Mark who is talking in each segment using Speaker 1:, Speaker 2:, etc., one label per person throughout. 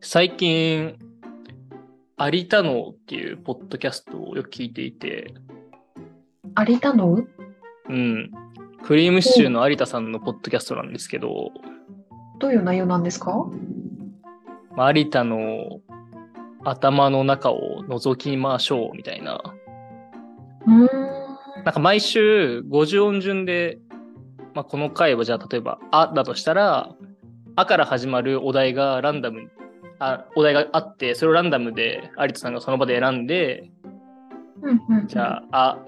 Speaker 1: 最近、有田能っていうポッドキャストをよく聞いていて、
Speaker 2: 有田の
Speaker 1: うん。クリームシチューの有田さんのポッドキャストなんですけど、
Speaker 2: どういう内容なんですか
Speaker 1: まあ有田の頭の中を覗きましょうみたいな。
Speaker 2: うーん。
Speaker 1: なんか毎週50音順で、まあ、この回はじゃあ例えば、あだとしたら、あから始まるお題がランダムに、あお題があって、それをランダムで有田さんがその場で選んで、
Speaker 2: うんうん、
Speaker 1: じゃあ、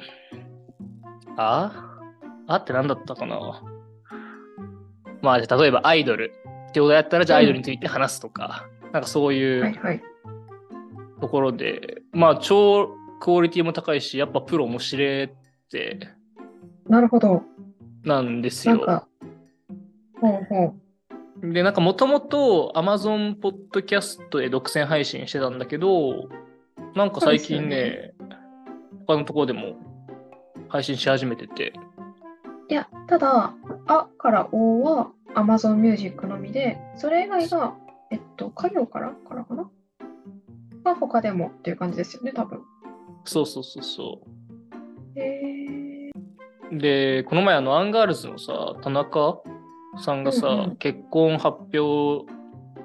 Speaker 1: あ、ああって何だったかなまあ、じゃあ例えばアイドルってことやったら、じゃあアイドルについて話すとか、なんかそうい
Speaker 2: はいうはい。
Speaker 1: ところで、まあ、超クオリティも高いし、やっぱプロ面白いって、
Speaker 2: なるほど。
Speaker 1: なんです
Speaker 2: なん
Speaker 1: よ。
Speaker 2: か、ほうほう。
Speaker 1: で、なんかもともと Amazon ポッドキャストで独占配信してたんだけど、なんか最近
Speaker 2: そう
Speaker 1: ね、他のところでも配信し始めてて、
Speaker 2: いや、ただ、あからおは Amazon Music のみで、それ以外が、えっと、家業からからかなまあ、他でもっていう感じですよね、多分。
Speaker 1: そうそうそうそう。
Speaker 2: へえ。
Speaker 1: で、この前、あの、アンガールズのさ、田中さんがさ、
Speaker 2: うんうん
Speaker 1: 結婚発表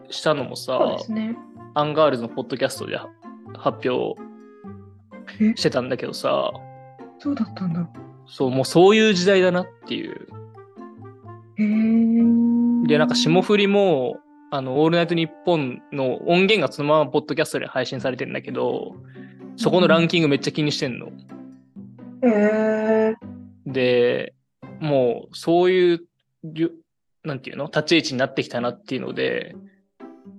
Speaker 1: したのも
Speaker 2: そう
Speaker 1: さ
Speaker 2: で、すね。
Speaker 1: アンガールズのポッドキャストでは発表
Speaker 2: え、
Speaker 1: してたんだけどさ、
Speaker 2: そうだったんだ。
Speaker 1: そう、もうそういう時代だなっていう。
Speaker 2: へえ。
Speaker 1: で、なんか霜降りも、あの、オールナイトニッポンの音源がそのままポッドキャストで配信されてんだけど、そこのランキングめっちゃ気にしてんの。
Speaker 2: へえ。
Speaker 1: で、もうそういうりゅ、なんていうの立ち位置になってきたなっていうので、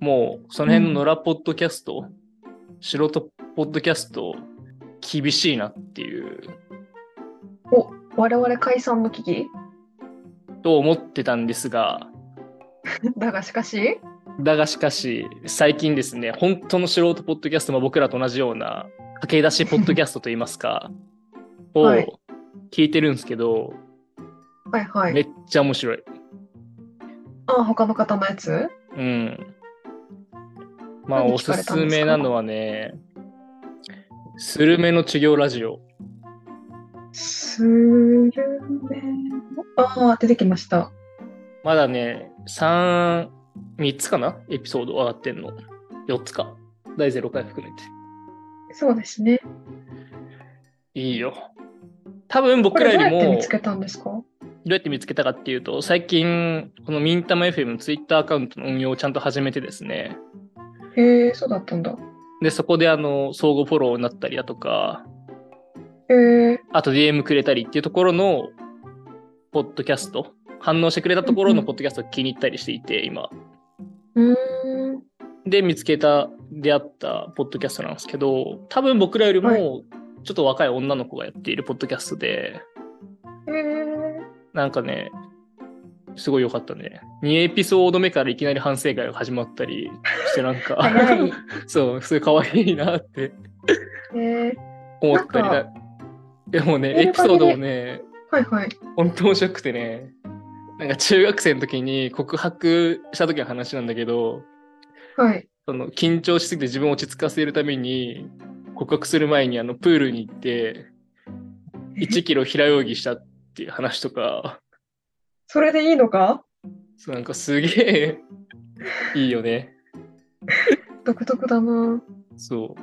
Speaker 1: もうその辺の野良ポッドキャスト、素人ポッドキャスト、厳しいなっていう、
Speaker 2: お、我々解散の危機
Speaker 1: と思ってたんですが、
Speaker 2: だがしかし、
Speaker 1: だがしかし、最近ですね、本当の素人ポッドキャストも僕らと同じような、駆け出しポッドキャストといいますか、を
Speaker 2: はい
Speaker 1: 聞いてるんですけど、
Speaker 2: はいは
Speaker 1: め
Speaker 2: い。
Speaker 1: っちゃ面白い。
Speaker 2: あ、他の方のやつ
Speaker 1: うん。まあ、
Speaker 2: 何
Speaker 1: お
Speaker 2: 聞
Speaker 1: す
Speaker 2: かれた
Speaker 1: す
Speaker 2: んですか
Speaker 1: めなのはね、スルメの授業ラジオ。
Speaker 2: スルメのああ、出てきました。
Speaker 1: まだね、3、3つかなエピソード上がってんの。4つか。第0回含めて。
Speaker 2: そうですね。
Speaker 1: いいよ。多分
Speaker 2: こ
Speaker 1: 僕ら
Speaker 2: れどう
Speaker 1: よりも、
Speaker 2: やって
Speaker 1: どう
Speaker 2: 見つけたんですか
Speaker 1: やって見つけたかっていうと、最近、このミンタマ FM のツイッターアカウントの運用をちゃんと始めてですね。
Speaker 2: へえ、そうだったんだ。
Speaker 1: で、そこであの、相互フォローになったりだとか、
Speaker 2: へえ、
Speaker 1: あと DM くれたりっていうところの、ポッドキャスト、反応してくれたところのポッドキャストを気に入ったりしていて、今。
Speaker 2: うーん。
Speaker 1: で、見つけた、出会ったポッドキャストなんですけど、多分僕らより
Speaker 2: はい
Speaker 1: も、ちょっと若い女の子がやっているポッドキャストで、
Speaker 2: へえ、
Speaker 1: なんかね、すごい良かったね。2エピソード目からいきなり反省会が始まったりして、なんか、
Speaker 2: 早い
Speaker 1: そう、すごい可愛いなって
Speaker 2: へえ、
Speaker 1: 思ったり
Speaker 2: なん
Speaker 1: だ。でもね、
Speaker 2: メー
Speaker 1: エ
Speaker 2: ル
Speaker 1: ピソードをね、
Speaker 2: はいはい。
Speaker 1: 本当面白くてね、なんか中学生の時に告白した時の話なんだけど、
Speaker 2: はい。
Speaker 1: その緊張しすぎて自分を落ち着かせるために、告白する前にあのプールに行って、1キロ平泳ぎしたっていう話とか、
Speaker 2: それでいいのか
Speaker 1: そうなんかすげえいいよね。
Speaker 2: 独特だな。
Speaker 1: そ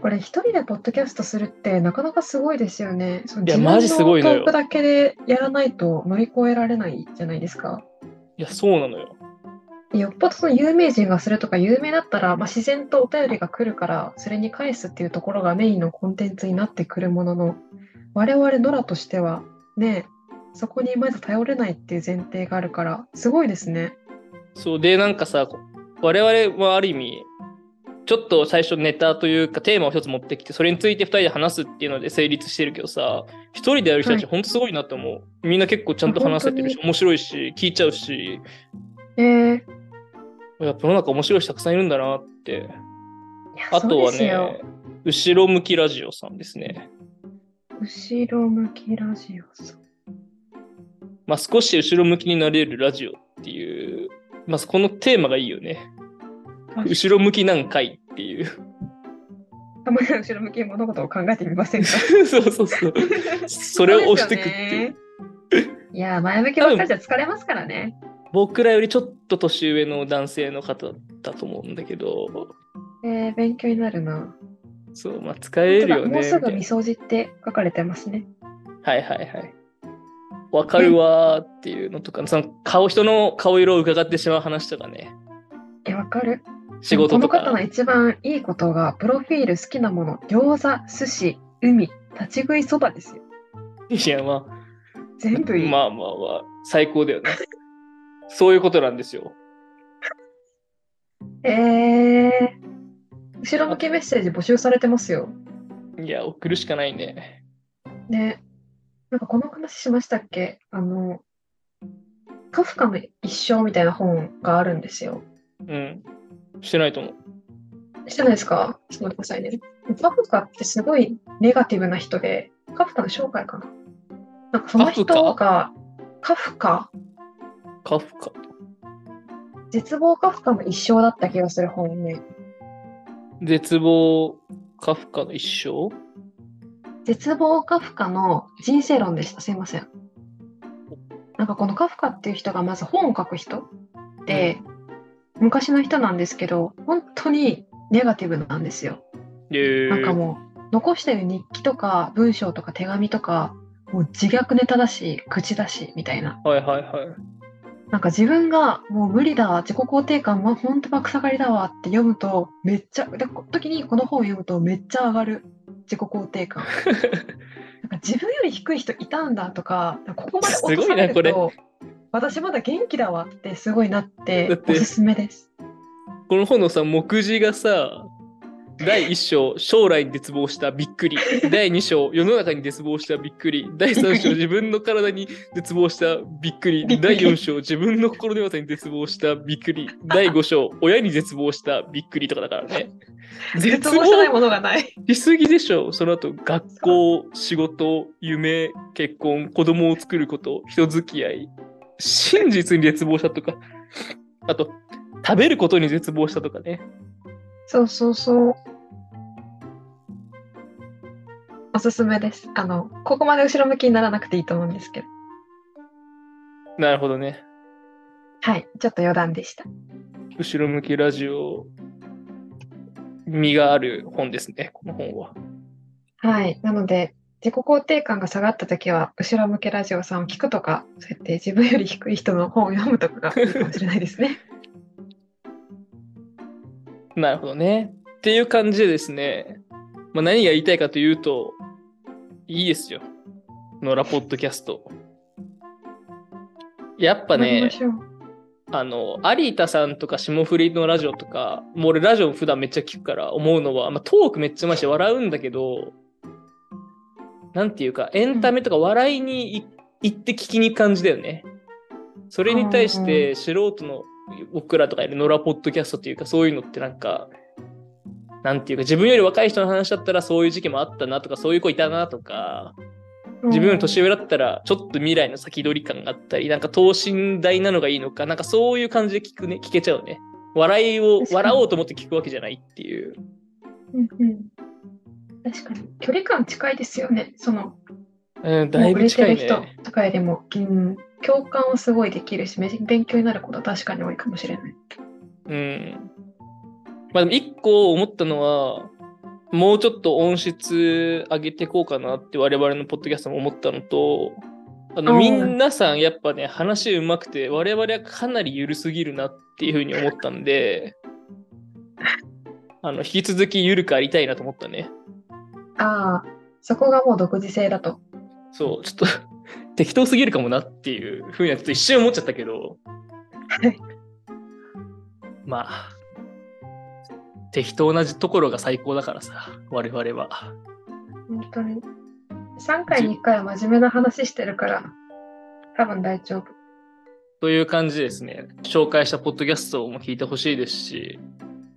Speaker 2: これ一人でポッドキャストするってなかなかすごいですよね。その
Speaker 1: いや
Speaker 2: 自分
Speaker 1: マジすごいのよ
Speaker 2: のトークだけでやらないと乗り越えられないじゃないですか。
Speaker 1: う。いや、そうなのよ。
Speaker 2: よっぽどその有名人がするとか有名だったら、まあ、自然とお便りが来るからそれに返すっていうところがメインのコンテンツになってくるものの我々ノラとしてはねそこにまず頼れないっていう前提があるからすごいですね。
Speaker 1: そうで、なんかさ、我々はある意味、ちょっと最初ネタというかテーマを一つ持ってきて、それについて二人で話すっていうので成立してるけどさ、一人でやる人たち
Speaker 2: は
Speaker 1: 本当すごいなと思う。みんな結構ちゃんと話せてるし、面白いし、聞いちゃうし、
Speaker 2: えー、
Speaker 1: やっぱ世の中面白い人たくさんいるんだなって。
Speaker 2: いや
Speaker 1: あと
Speaker 2: そう
Speaker 1: は
Speaker 2: ですよ
Speaker 1: ね、後ろ向きラジオさんですね。
Speaker 2: 後ろ向きラジオさん。
Speaker 1: まあ、少し後ろ向きになれるラジオっていう、まあ、このテーマがいいよね。後ろ向きなんかいって いう。
Speaker 2: たまには後ろ向きに物事を考えてみませんか
Speaker 1: そうそうそう。 それを押してくっていう。
Speaker 2: いやー、前向きばっかりじゃ疲れますからね。
Speaker 1: 僕らよりちょっと年上の男性の方だと思うんだけど、
Speaker 2: えー、勉強になるな。
Speaker 1: そう、まあ、使えるよ
Speaker 2: 本当だも
Speaker 1: ね。
Speaker 2: うすぐ
Speaker 1: み
Speaker 2: み
Speaker 1: たい
Speaker 2: そじって書かれてますね。
Speaker 1: なはいはいはい。わかるわーっていうのとか、その顔、人の顔色を伺ってしまう話とかね。
Speaker 2: え、わかる
Speaker 1: 仕事と
Speaker 2: この方の
Speaker 1: か。
Speaker 2: 一番いいことが、プロフィール好きなもの、餃子、寿司、海、立ち食いそばですよ。
Speaker 1: いや、ま
Speaker 2: 全
Speaker 1: あ、
Speaker 2: 部いい。
Speaker 1: まあまあまあ、最高だよね。そういうことなんですよ。
Speaker 2: えー、後ろ向きメッセージ募集されてますよ。
Speaker 1: いや、送るしかないね。
Speaker 2: ね、なんかこの話しましたっけあの、カフカの一生みたいな本があるんですよ。
Speaker 1: うん。してないと思う。
Speaker 2: してないですかちょっと待ってくださいね。カフカってすごいネガティブな人で、カフカの生涯かななんかその人が、カフカ、
Speaker 1: カフカ。
Speaker 2: 絶望カフカの一生だった気がする本ね。
Speaker 1: 絶望、カフカの一生
Speaker 2: 絶望カフカの人生論でした。すいません。なんかこのカフカっていう人がまず本を書く人で、昔の人なんですけど、本当にネガティブなんですよ。
Speaker 1: えー
Speaker 2: なんかもう、残してる日記とか文章とか手紙とか、もう自虐ネタだし、愚痴だし、みたいな。
Speaker 1: はいはいはい。
Speaker 2: なんか自分がもう無理だ、自己肯定感はほんと爆下がりだわって読むと、めっちゃ、でこ時にこの本を読むとめっちゃ上がる。自己肯定 感。なんか自分より低い人いたんだとか、ここまで落とさ
Speaker 1: す
Speaker 2: れ
Speaker 1: ごい
Speaker 2: る
Speaker 1: な
Speaker 2: と、私まだ元気だわってすごいなって
Speaker 1: だっ、て
Speaker 2: おすすめです。
Speaker 1: この本のさ、目次がさ、第1章、将来に絶望したびっくり。第2章、世の中に絶望したびっくり。第3
Speaker 2: びっく
Speaker 1: 章、
Speaker 2: り
Speaker 1: 自分の体に絶望したびっくり。
Speaker 2: びっくり
Speaker 1: 第4章、自分の心の弱さに絶望したびっくり。第5章、親に絶望したびっくりとかだからね。
Speaker 2: 絶
Speaker 1: 絶
Speaker 2: 望してない
Speaker 1: 望
Speaker 2: ものがない。
Speaker 1: しすぎでしょ。その後、学校、仕事、夢、結婚、子供を作ること、人付き合い、真実に絶望したとか、あと、食べることに絶望したとかね。
Speaker 2: そうそうそう。おすすめです。あの、ここまで後ろ向きにならなくていいと思うんですけど。
Speaker 1: なるほどね。
Speaker 2: はい、ちょっと余談でした。
Speaker 1: 後ろ向きラジオ、身がある本ですね、この本は。
Speaker 2: はい、なので、自己肯定感が下がった時は、後ろ向きラジオさんを聞くとか、そうやって自分より低い人の本を読むとかが いいかもしれないですね。
Speaker 1: なるほどね。っていう感じでですね、まあ、何が言いたいかというと、いいですよ。ノラポッドキャスト。やっぱ
Speaker 2: 頑張り
Speaker 1: ね
Speaker 2: ま、しょう。
Speaker 1: あの、有田さんとか霜降りのラジオとか、もう俺ラジオ普段めっちゃ聞くから思うのは、まあ、トークめっちゃうまいし笑うんだけど、なんていうか、エンタメとか笑いにい行って聞きに感じだよね。それに対して素人の僕らとかいるノラポッドキャストというかそういうのってなんか、なんていうか自分より若い人の話だったらそういう時期もあったなとかそういう子いたなとか、自分より年上だったらちょっと未来の先取り感があったりなんか等身大なのがいいのかなんかそういう感じで聞くね聞けちゃうね笑いを
Speaker 2: 確かに
Speaker 1: 笑おうと思って聞くわけじゃないっていう
Speaker 2: うんうん確かに。距離感近いですよね。その、
Speaker 1: うんだいぶ近い
Speaker 2: もう売れてる
Speaker 1: ね
Speaker 2: 人とかよりも、うん、共感はすごいできるし、め勉強になることは確かに多いかもしれない。
Speaker 1: うんまあでも一個思ったのはもうちょっと音質上げてこうかなって我々のポッドキャストも思ったのとあの
Speaker 2: うん
Speaker 1: みんなさんやっぱね話うまくて我々はかなり緩すぎるなっていうふうに思ったんであの引き続き緩くありたいなと思ったね
Speaker 2: ああ、そこがもう独自性だと。
Speaker 1: そう、ちょっと 適当すぎるかもなっていうふうにはちょっと一瞬思っちゃったけど、
Speaker 2: はい
Speaker 1: まあ、適当なところが最高だからさ、我々は。
Speaker 2: 本当に。3回に1回は真面目な話してるから、多分大丈夫。
Speaker 1: という感じでですね、紹介したポッドキャストも聞いてほしいですし、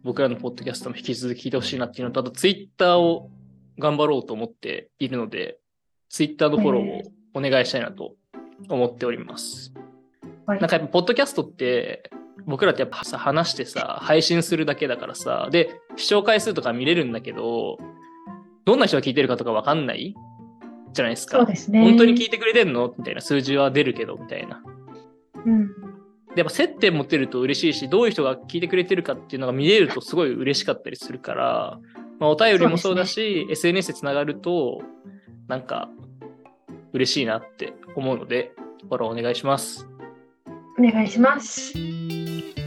Speaker 1: 僕らのポッドキャストも引き続き聞いてほしいなっていうのと、あとツイッターを頑張ろうと思っているので、ツイッターのフォローをお願いしたいなと思っております。
Speaker 2: はい
Speaker 1: なんかやっぱ、ポッドキャストって、僕らってやっぱさ話してさ配信するだけだからさで視聴回数とか見れるんだけどどんな人が聞いてるかとかわかんないじゃないですか
Speaker 2: そうですね。
Speaker 1: 本当に聞いてくれてんのみたいな数字は出るけどみたいな
Speaker 2: うん。
Speaker 1: でやっぱ接点持ってると嬉しいしどういう人が聞いてくれてるかっていうのが見れるとすごい嬉しかったりするから、まあ、お便りもそうだし SNS でつながるとなんか嬉しいなって思うのでフォローお願いします。
Speaker 2: お願いします。